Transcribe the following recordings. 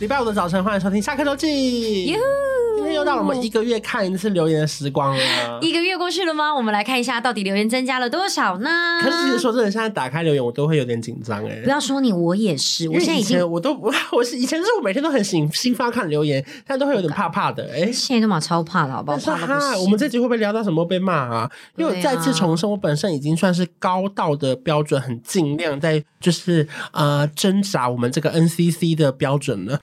礼拜五的早晨，欢迎收听下课周记。哟今天又到了我们一个月看一次留言的时光 了。一个月过去了吗？我们来看一下，到底留言增加了多少呢？可是其实说真的，现在打开留言我都会有点紧张哎不。要说你，我也是，因我为现在以已经前我都不，我是以前是我每天都很兴兴奋要看留言，现在都会有点怕怕的哎。现在都马超怕了，好不好？但是怕到不哈，行我们这集会不会聊到什么被骂啊？因为我对啊再次重申，我本身已经算是高道德标准，很尽量在就是呃挣扎我们这个 NCC 的标准 了。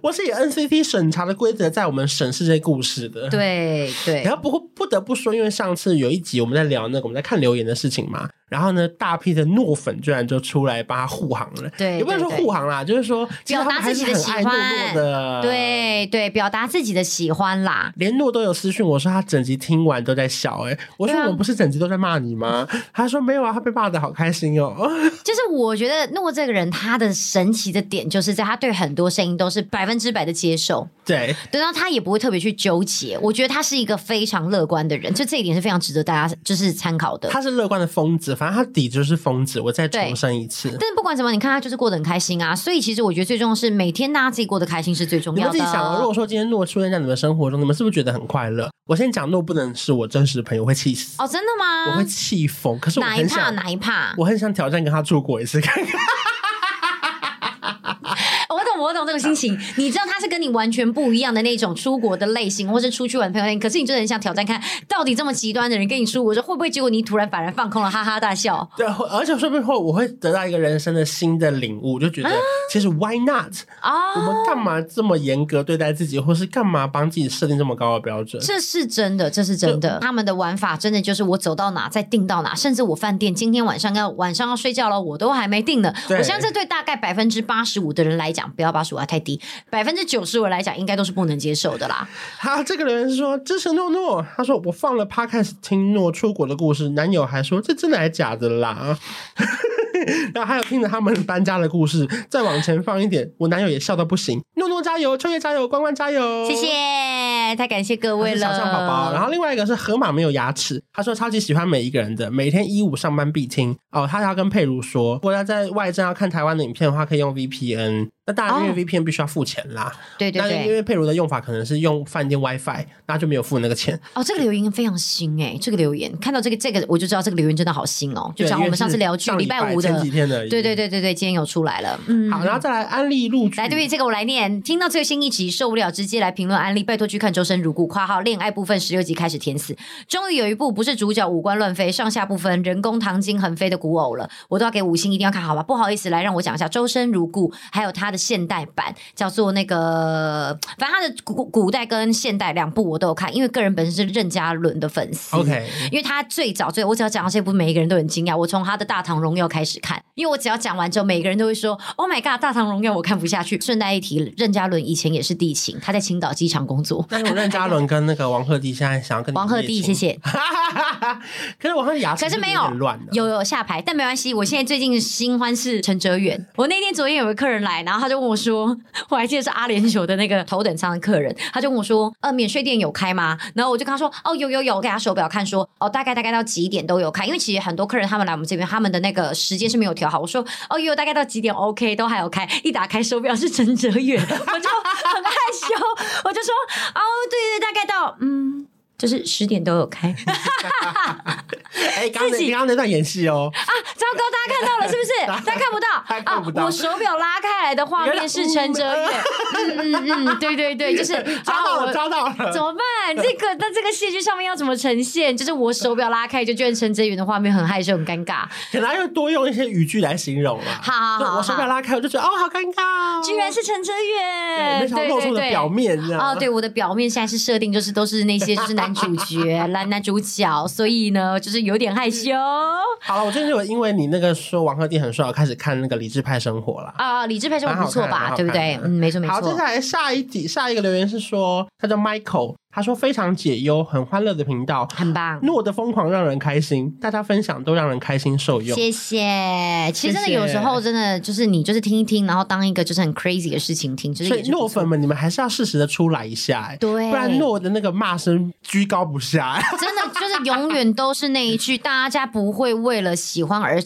我是以 NCC 审查的规则在我们审视这些故事的。对对然，后不过不得不说，因为上次有一集我们在聊那个我们在看留言的事情嘛，然后呢，大批的诺粉居然就出来帮他护航了。对也不能说对对护航啦，就是说其实表他们达还自是己的很喜爱欢诺诺的。，对对，表达自己的喜欢啦。连诺都有私讯我说他整集听完都在笑、欸，我说对啊我们不是整集都在骂你吗？他说没有啊，他被骂的好开心哦、 就是我觉得诺这个人，他的神奇的点就是在他对很多声音都是百分之百的接受，对，对，然后他也不会特别去纠结。我觉得他是一个非常乐观的人，就这一点是非常值得大家就是参考的。他是乐观的疯子，反正他底就是疯子。我再重对申一次，但是不管怎么，你看他就是过得很开心啊，所以其实我觉得最重要是每天大家自己过得开心是最重你要们的。自己想哦，如果说今天诺出现在你们生活中，你们是不是觉得很快乐？我先讲，诺不能是我真实朋友，我会气死，哦，真的吗？我会气疯。可是我哪一很怕想，哪一怕？我很想挑战跟他出国一次看 看。哦我懂，我懂这个心情。你知道他是跟你完全不一样的那种出国的类型，或是出去玩的朋友可是你真的很想挑战看，到底这么极端的人跟你出国，说会不会结果你突然反而放空了，哈哈大笑。对，而且说不定会我会得到一个人生的新的领悟，就觉啊得其实 why not？我哦，们干嘛这么严格对待自己，或是干嘛帮自己设定这么高的标准？这是真的，这是真的。他们的玩法真的就是我走到哪再定到哪，甚至我饭店今天晚上要晚上要睡觉了，我都还没定呢。对我相信这对大概百分之八十五的人来讲，不要八十五啊太低，百分之九十五来讲应该都是不能接受的啦。他这个人说支持诺诺，他说我放了 podcast 听诺出国的故事，男友还说这真的还假的啦。 然后还有听着他们搬家的故事，再往前放一点，我男友也笑到不行。诺诺加油，秋叶加油，关关加油，谢谢，太感谢各哦我位是了。小象宝宝，然后另外一个是河马没有牙齿，他说超级喜欢每一个人的，每天一五上班必听哦。他要跟佩如说，如果要在外站要看台湾的影片的话，可以用 VPN。那当然，因为 VPN 必须要付钱啦。哦对对那因对，为佩如的用法可能是用饭店 WiFi，那就没有付那个钱。哦，这个留言非常新哎、这个留言看到这个这个我就知道这个留言真的好新哦，就讲我们上次聊剧上礼拜五前的几，天的，对对。对对对，今天有出来了，嗯，好，然后再来安利录剧，来，对于这个我来念。听到最新一集，受不了直接来评论安利，拜托去看《周生如故》（括号恋爱部分十六集开始填死）。终于有一部不是主角五官乱飞，上下不分，人工糖精横飞的古偶了，我都要给五星，一定要看好吧？不好意思，来让我讲一下《周生如故》，还有它的现代版叫做那个，反正它的古古代跟现代两部我都有看，因为个人本身是任嘉伦的粉丝。 OK，因为他最早最我只要讲到这部，每一个人都很惊讶。我从他的《大唐荣耀》开始看，因为我只要讲完之后，每个人都会说：“Oh my god，《大唐荣耀》我看不下去。”顺带一提，任嘉伦以前也是地勤，他在青岛机场工作。那我任嘉伦跟那个王鹤棣现在想要嗯跟你 王鹤棣，列谢亲。谢。 可是王鹤棣牙齿可是没有有点乱的，啊有有下牌，但没关系。我现在最近新欢是陈哲远。我那天昨天有个客人来，然后他就问我说，我还记得是阿联酋的那个头等舱的客人，他就问我说，呃，免税店有开吗？然后我就跟他说，哦，有有有，我给他手表看说，哦，大概大概到几点都有开，因为其实很多客人他们来我们这边，他们的那个时间是没有调好。我说，哦，有大概到几点 OK 都还有开，一打开手表是陈哲远，我 就很害羞，我就说，哦，对对，大概到嗯。就是十点都有开，哎，刚刚自那己刚刚那段演戏哦，啊，糟糕，大家看到了是不是？大家看不到大家看不到啊！我手表拉开来的画面是陈哲远，嗯嗯嗯，对对对，就是 抓到啊，了，我抓到怎了。么办？这个那这个戏剧上面要怎么呈现？就是我手表拉开就觉得陈哲远的画面很害羞很尴尬，可能要多用一些语句来形容了。好好就好我手表好，拉开，我就觉得哦，好尴尬哦，居然是陈哲对没远，想到对露对出我的对。表面这样。哦，对，我的表面现在是设定就是都是那些就是男男主角、男男主角，所以呢，就是有点害羞好了，我最近有因为你那个说王鹤棣很帅，我开始看那个《理智派生活》啦。啊。李智培说不错蛮好看吧，的对不蛮对好？看的嗯，没错没好，接错下。来下一题，下一个留言是说，他叫 Michael，他说非常解忧，很欢乐的频道，很棒，诺的疯狂让人开心，大家分享都让人开心受用。谢谢。其实真的谢谢有时候真的就是你就是听一听，然后当一个就是很 crazy 的事情听，就是所也以是不诺错粉们，你们还是要适时的出来一下、欸，对，不然诺的那个骂声居高不下、欸。真的 就是永远都是那一句，大家不会为了喜欢而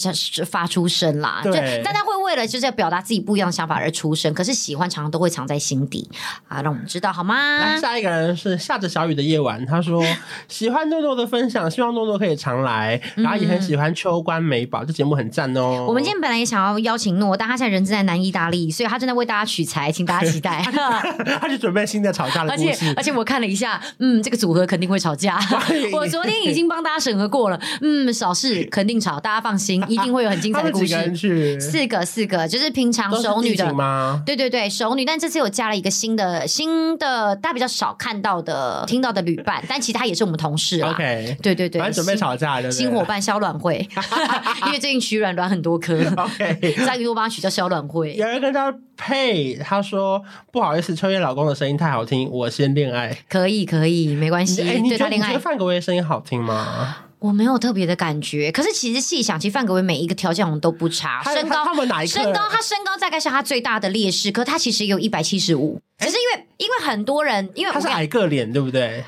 发出声啦， 对就大家会为了就是要表达自己不一样的想法而出声，可是喜欢常常都会藏在心底啊，让我们知道好吗来，？下一个人是下着小雨的夜晚，他 说喜欢诺诺的分享，希望诺诺可以常来，然后也很喜欢秋官美宝，这节目很赞哦。嗯我们今天本来也想要邀请诺，但他现在人正在南意大利，所以他正在为大家取材，请大家 期待。 天他就准备新的吵架的而故且事而，且我看了一下，嗯，这个组合肯定会 吵架。 我昨天已经帮大家审核过了，嗯，小事肯定吵，大家放心，一定会有很精彩他的们故几个人事。去四个四个，就是平常都是熟女地景的吗？对对对，熟女，但这次有加了一个新的新的，大家比较少看到的、听到的旅伴，但其实他也是我们同事啦。 OK，对对对，反正准备新吵架的新伙。伴肖卵 会， 因为最近取卵卵很多颗， OK，章鱼我帮他取叫肖卵会。有人跟他配，他说不好意思，秋叶老公的声音太好听，我先恋爱。可以可以，没关你系，哎、你对觉得他你恋觉得爱范格威的声音好听吗？我没有特别的感觉。可是其实细想，其实范格维每一个条件我们都不差，他啊身他高他们哪一刻？身高，他身高大概是他最大的劣势，可他其实有一百七十五，只是因为因为很多人，因为他我是想矮个脸，对不对？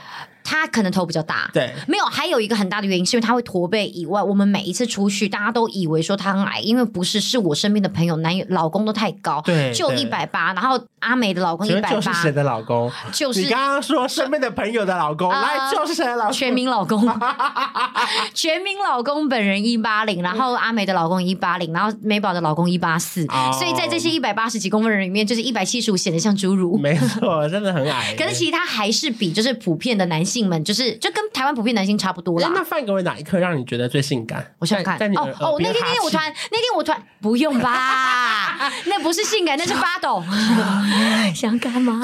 他可能头比较大，对，没有，还有一个很大的原因是因为他会驼背以外，我们每一次出去，大家都以为说他很矮，因为不是，是我身边的朋友男友老公都太高，对就对一百八，然后阿美的老公请一问百就是谁八，的老公？就是你刚刚说身边的朋友的老公，呃来就是谁的老公？全民老公， 全民老公本人一八零，然后阿美的老公一八零，然后美宝的老公一八四，哦所以在这些一百八十几公分的人里面，就是一百七十五显得像侏儒。没错，真的很矮。可是其实他还是比就是普遍的男性们，就是就跟台湾普遍男性差不多啦哎。那范格维哪一刻让你觉得最性感？我想看在在你的哦哦耳，那边天那哈天我气突然那天我突然不用吧， 那不是性感，那是发抖。 想干嘛？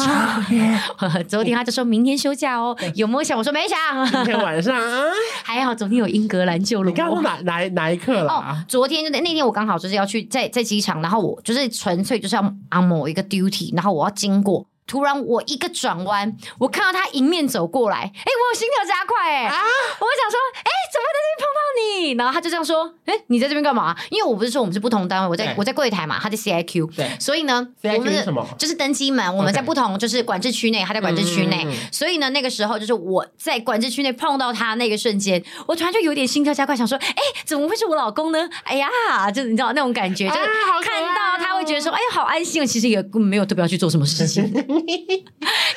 昨天他就说明天休假哦，有没有想？我说没想，今 天晚上啊，还好昨天有英格兰救了你刚刚说我。哪哪哪一刻哦啦？，昨天就那天我刚好就是要去在在机场，然后我就是纯粹就是要按某一个 duty，然后我要经过，突然我一个转弯，我看到他迎面走过来，哎、我有心跳加快、哎、啊我想说，哎、怎么在这边碰到你？然后他就这样说，哎、你在这边干嘛？因为我不是说我们是不同单位，我在对我在柜台嘛，他在 CIQ，对所以呢， CIQ 我们是什么就是登机门，我们 OK 在不同就是管制区内，他在管制区内，嗯嗯嗯所以呢，那个时候就是我在管制区内碰到他那个瞬间，我突然就有点心跳加快，想说，哎、怎么会是我老公呢？哎呀，就你知道那种感觉，就是啊好可爱看哦到他会觉得说，哎呀，好安心哦。其实也没有特别要去做什么 事情，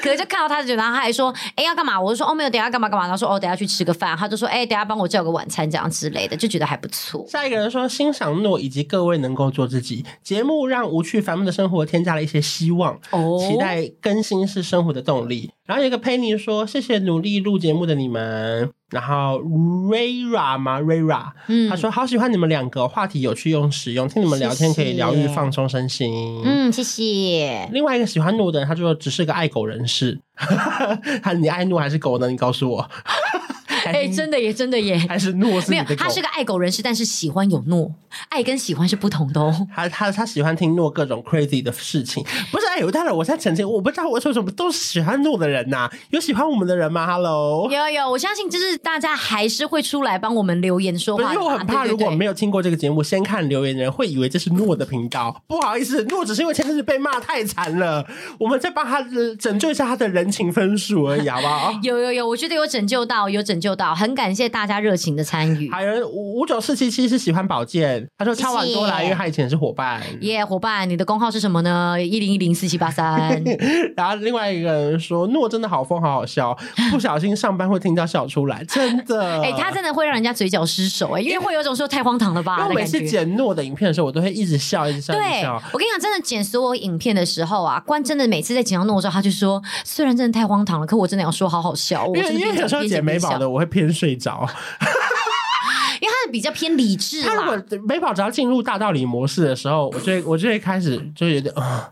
可是就看到他就觉得，然后他还说，哎、要干嘛？我就说，哦，没有，等一下干嘛干嘛。然后说，哦，等一下去吃个饭。他就说，哎、等一下帮我叫个晚餐这样之类的，就觉得还不错。下一个人说欣赏诺以及各位能够做自己，节目让无趣烦闷的生活添加了一些希望，哦期待更新是生活的动力。然后有一个佩妮说谢谢努力录节目的你们，然后 Rara 吗？Rara，嗯他说好喜欢你们两个，话题有趣又实用，听你们聊天可以疗愈谢谢放松身心。嗯，谢谢。另外一个喜欢怒的人，他就说只是个爱狗人士。 他你爱怒还是狗呢？你告诉我。 哎、真的耶，真的耶。还是怒是没你有，的狗他？是个爱狗人士，但是喜欢有诺，爱跟喜欢是不同的哦。他他他喜欢听诺各种 crazy 的事情，不是？哎，有当然，我现在澄清，我不知道我说什么都是喜欢诺的人呐、有喜欢我们的人吗？Hello，有有，我相信就是大家还是会出来帮我们留言说不是话因的啦，为我很怕，对对如果对？没有听过这个节目，先看留言的人会以为这是诺的频道。不好意思，诺只是因为前阵子被骂太惨了，我们再帮他呃拯救一下他的人情分数而已，好不好 有有有，我觉得有拯救到，有拯救到，很感谢大家热情的参与。还有人五五九四七七是喜欢宝剑，他说谢谢超晚多来，因为他以前是伙伴。耶、伙伴，你的工号是什么呢？一零一零四七八 三。然后另外一个人说诺真的好疯，好好 笑，不小心上班会听到笑出来，真的。哎，他真的会让人家嘴角失手哎、因为会有一种说太荒唐了因吧为我的每感次觉。剪诺的影片的时候，我都会一直笑，一直笑，一直对笑。，我跟你讲，真的剪所有影片的时候啊，关真的每次在剪到弄的时候，他就说，虽然真的太荒唐了，可我真的要说好好笑。我因为真的因为边有时候边剪边美笑宝的，我会偏睡着。因为他比较偏理智他如啦。果美宝只要进入大道理模式的时候，我就会我就会开始就有点啊、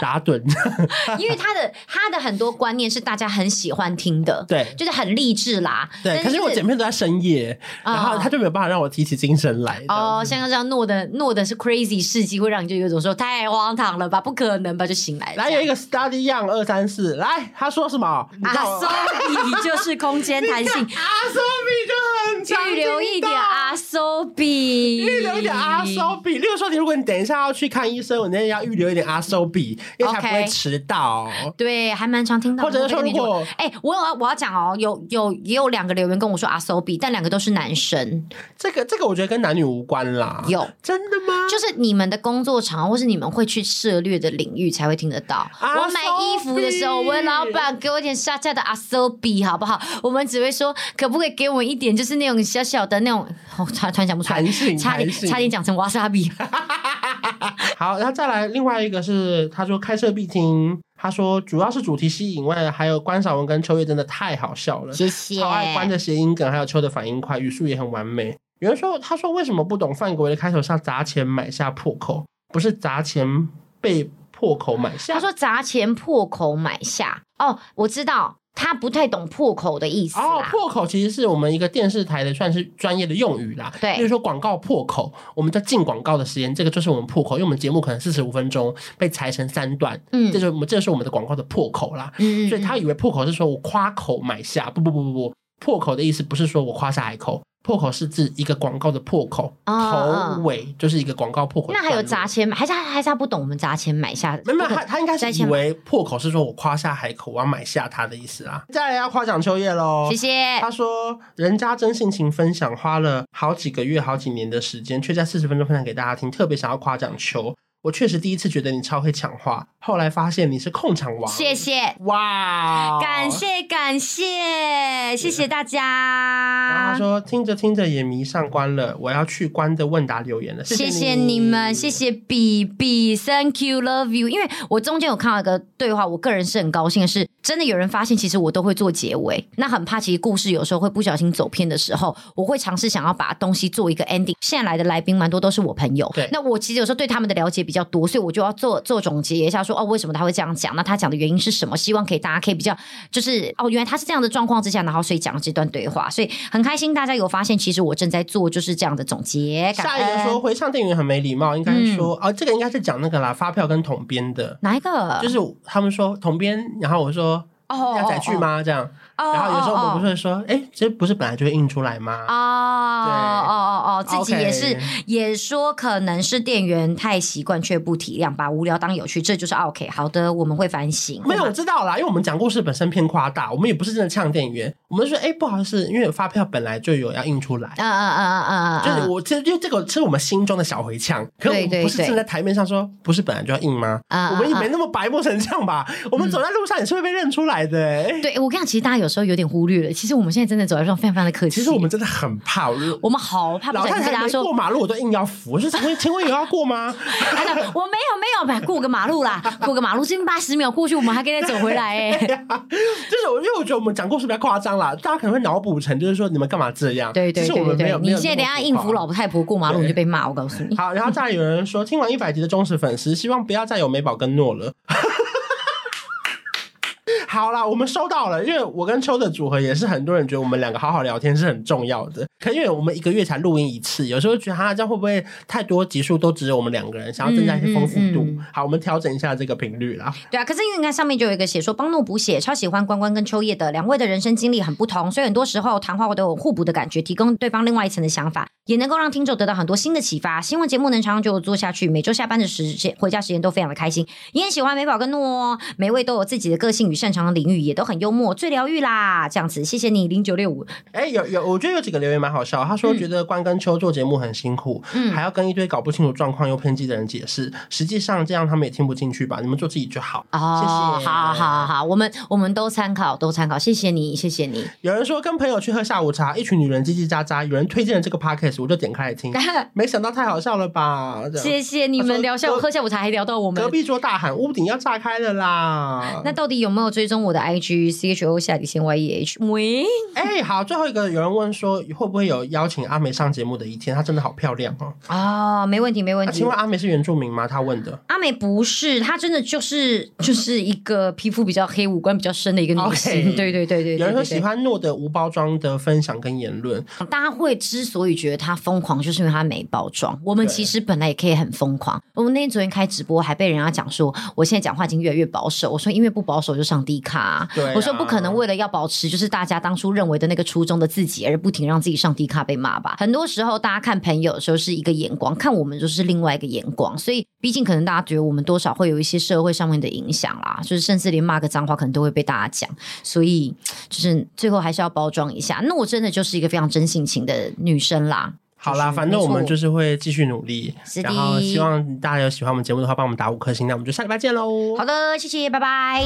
打盹， 因为他的他的很多观念是大家很喜欢听的，对就是很励志啦。对。但可是我剪片都在深夜，啊然后他就没有办法让我提起精神来。哦，这样子像这样诺的诺的是 crazy 事迹，会让你就有种说太荒唐了吧，不可能吧，就醒来了。啊来有一个 study young 二三四，来他说什么？你阿知道吗？ so 比就是空间弹 性，阿苏比就很常预留一点听啊到阿 so 比，预留一点啊阿收比，例如说，你如果你等一下要去看医生，我那天要预留一点阿收比，因为才不 OK 会迟到。对，还蛮常听到的。或者是说那个年纪如果哎、我有我要讲哦，有有也有两个留言跟我说阿 so 比，但两个都是男生。这个这个我觉得跟男女无关啦。有，真的吗？就是你们的工作场合或是你们会去涉猎的领域才会听得到。阿我买衣服的时候， Sobi 我问老板给我一点下架的阿 so 比好不好？我们只会说可不可以给我一点，就是那种小小的那种，哦，突然突然想不出来弹，性， 差点弹性差点讲成瓦萨比。 好，然后再来另外一个是，他说开设必听，他说主要是主题吸引外，还有关晓雯跟秋叶真的太好笑了，谢谢。超爱关的谐音梗，还有秋的反应快，语速也很完美。有人说，他说为什么不懂范国威的开头上砸钱买下破口，不是砸钱被破口买下？他说砸钱破口买下。哦，我知道，他不太懂破口的意思哦，啦。破口其实是我们一个电视台的算是专业的用语啦。对例如说广告破口，我们在进广告的时间，这个就是我们破口，因为我们节目可能四十五分钟被裁成三段，嗯这就是我们这就是我们的广告的破口啦。嗯所以他以为破口是说我夸口买下，不不不不不，破口的意思不是说我夸下海口，破口是指一个广告的破口，哦头尾就是一个广告破口的那段落。还有砸钱，还是他还是他不懂我们砸钱买下？没有，没有，不他懂他应该在是以前为破口是说我夸下海口，我要买下他的意思啦。再来要夸奖秋叶喽，谢谢他说：“人家真性情分享，花了好几个月、好几年的时间，却在四十分钟分享给大家听，特别想要夸奖球。我确实第一次觉得你超会抢话，后来发现你是控场王。谢谢，哇，哦感。谢感谢，谢谢大然后家他。说：“听着听着也迷上关了，我要去关的问答留言了。谢谢谢你们，谢。谢比比，Thank you, love you。因为我中间有看到一个对话，我个人是很高兴的是，真的有人发现，其实我都会做结尾。那很怕，其实故事有时候会不小心走偏的时候，我会尝试想要把东西做一个 ending。现在来的来宾蛮多都是我朋友，对那我其实有时候对他们的了解比较多，所以我就要做做总结一下说哦，为什么他会这样讲？那他讲的原因是什么？希望可以大家可以比较就是哦，原来他是这样的状况之下，然后所以讲了这段对话，所以很开心大家有发现，其实我正在做就是这样的总结。感下一个恩说回唱店员很没礼貌，应该嗯说、哦，这个应该是讲那个啦，发票跟统编的，哪一个？就是他们说统编，然后我说呃哦要载去？吗？这样，哦然后有时候我们不哦是说，哎、这不是本来就会印出来吗？哦哦哦哦，自己 OK 也是也说可能是店员太习惯却不体谅，把无聊当有趣，这就是啊 OK。好的，我们会反省。嗯没有，我我们知道啦，因为我们讲故事本身偏夸大，我们也不是真的呛店员，我们说，哎、不好意思，因为发票本来就有要印出来。嗯嗯嗯嗯嗯，就是嗯我，这就这个是我们心中的小回呛，可对我们对不是对站在台面上说，不是本来就要印吗？嗯我们也嗯没嗯那么白目成这样吧？我们走在路上也是会被认出来的、哎嗯对我跟你讲，其实大家有时候有点忽略了，其实我们现在真的走在路上非常非常的客气。其实我们真的很怕，我就我们好怕不老小太心被太大家没说过马路我都硬要扶，我说请问请问有要过 吗？他讲我没有没有，不然过个马 路啦，过个马路，近八十秒过去，我们还可以再走回来哎、对啊就是我，因为我觉得我们讲故事比较夸张啦，大家可能会脑补成就是说你们干嘛这样？对 对其实我们对对没对，有。你没有现在那等么一下浮应夸付老。太婆过马路，对你就被骂，我告诉 你。好，然后再来有人说，听完一百集的忠实粉丝，希望不要再有美宝跟诺了。 好啦，我们收到了，因为我跟秋的组合也是很多人觉得我们两个好好聊天是很重要的。可因为我们一个月才录音一次，有时候觉得哈、这样会不会太多集数都只有我们两个人，想要增加一些丰富度。嗯嗯嗯好，我们调整一下这个频率啦。对啊，可是因为你看上面就有一个写说帮诺补写，超喜欢关关跟秋叶的两位的人生经历很不同，所以很多时候谈话都有互补的感觉，提供对方另外一层的想法，也能够让听众得到很多新的启发。希望节目能长久地做下去，每周下班的时间回家时间都非常的开心，也很喜欢美宝跟诺哦，每位都有自己的个性与擅长的领域，也都很幽默，最疗愈啦。这样子，谢谢你零九六五，哎、有有，我觉得有几个留言蛮好笑。他说觉得关跟秋做节目很辛苦，嗯还要跟一堆搞不清楚状况又偏激的人解释，实际上这样他们也听不进去吧？你们做自己就好。哦，谢谢好好好，我们我们都参考，都参考，谢谢你，谢谢你。 有人说跟朋友去喝下午茶，一群女人叽叽喳喳，有人推荐了这个 podcast，始，我就点开来 听，没想到太好笑了吧？这样谢谢你们聊下午喝下午茶，还聊到我们隔。壁桌大喊屋顶要炸开了啦！ 那到底有没有追踪我的 IG C H O 下底线 Y E H？喂，哎、好，最后一个有人问说会不会有邀请阿美上节目的一天？她真的好漂亮哦！啊、没问题，没问那、题。请问阿美是原住民吗？她问的。阿美不是，她真的就是就是一个皮肤比较黑、五官比较深的一个女性。 OK 对对对对对有人说对喜对欢诺的无包装的分享跟言论，大家会之所以觉得她疯狂，就是因为她没包装。我们对其实本来也可以很疯狂。我们那天昨天开直播，还被人家讲说，我现在讲话已经越来越保守。我说因为不保守就上低卡、啊。对啊我说不可能为了要保持就是大家当初认为的那个初衷的自己，而不停让自己上低咖被骂吧。很多时候大家看朋友的时候是一个眼光，看我们就是另外一个眼光，所以毕竟可能大家觉得我们多少会有一些社会上面的影响啦，就是甚至连骂个脏话可能都会被大家讲，所以就是最后还是要包装一下。那我真的就是一个非常真性情的女生啦。好啦，就是反正我们没错就是会继续努力，是的然后希望大家有喜欢我们节目的话，帮我们打五颗星，那我们就下礼拜见喽。好的，谢谢，拜拜。